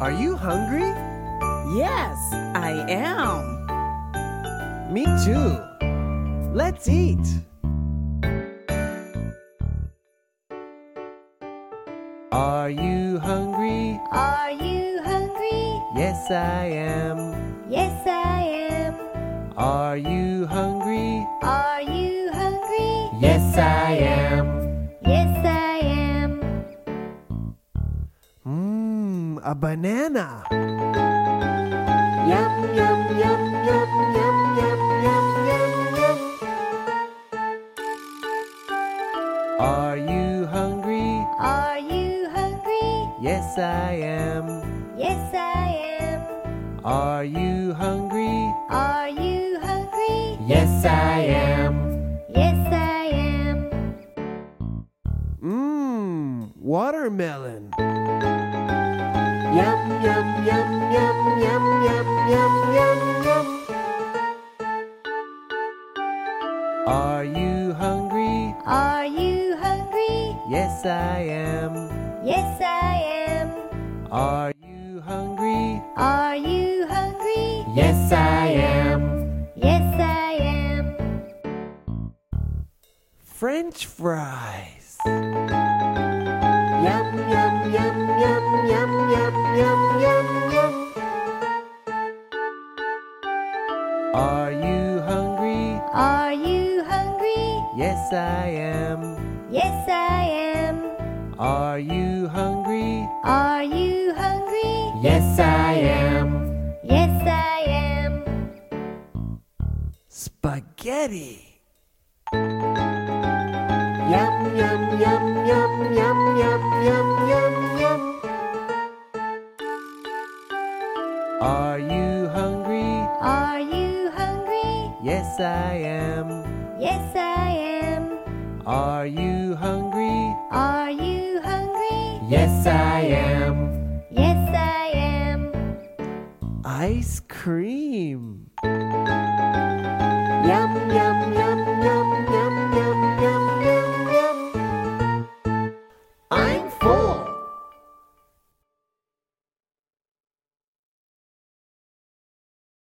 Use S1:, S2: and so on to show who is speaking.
S1: Are you hungry?
S2: Yes, I am.
S1: Me too. Let's eat. Are you hungry?
S3: Are you hungry?
S1: Yes, I am.
S3: Yes, I am.
S1: Are you hungry?
S3: Are you hungry?
S1: Yes, I am.
S3: Yes, I am.
S1: Mmm, a banana.
S3: Yum, yum, yum, yum, yum, yum, yum, yum, yum.
S1: Are you hungry?
S3: Are you hungry?
S1: Yes, I am.
S3: Yes, I am.
S1: Are you hungry?
S3: Are you hungry?
S1: Yes, I am.
S3: Yes, I am.
S1: Mmm, watermelon.
S3: Yum, yum, yum, yum, yum, yum, yum, yum, yum.
S1: Are you hungry?
S3: Are you hungry?
S1: Yes, I am.
S3: Yes, I am.
S1: Are you hungry?
S3: Are you hungry?
S1: Yes, I am.
S3: Yes, I am.
S1: French fries.
S3: Yum, yum, yum, yum, yum, yum, yum, yum, yum.
S1: Are you hungry?
S3: Are you hungry?
S1: Yes, I am.
S3: Yes, I am.
S1: Are you hungry?
S3: Are you hungry?
S1: Yes, I am.
S3: Yes, I am.
S1: Spaghetti.
S3: Yum, yum, yum, yum, yum, yum, yum, yum, yum.
S1: Are you hungry?
S3: Are you hungry?
S1: Yes, I am.
S3: Yes, I am.
S1: Are you hungry?
S3: Are you hungry?
S1: Yes, I am.
S3: Yes, I am.
S1: Ice cream.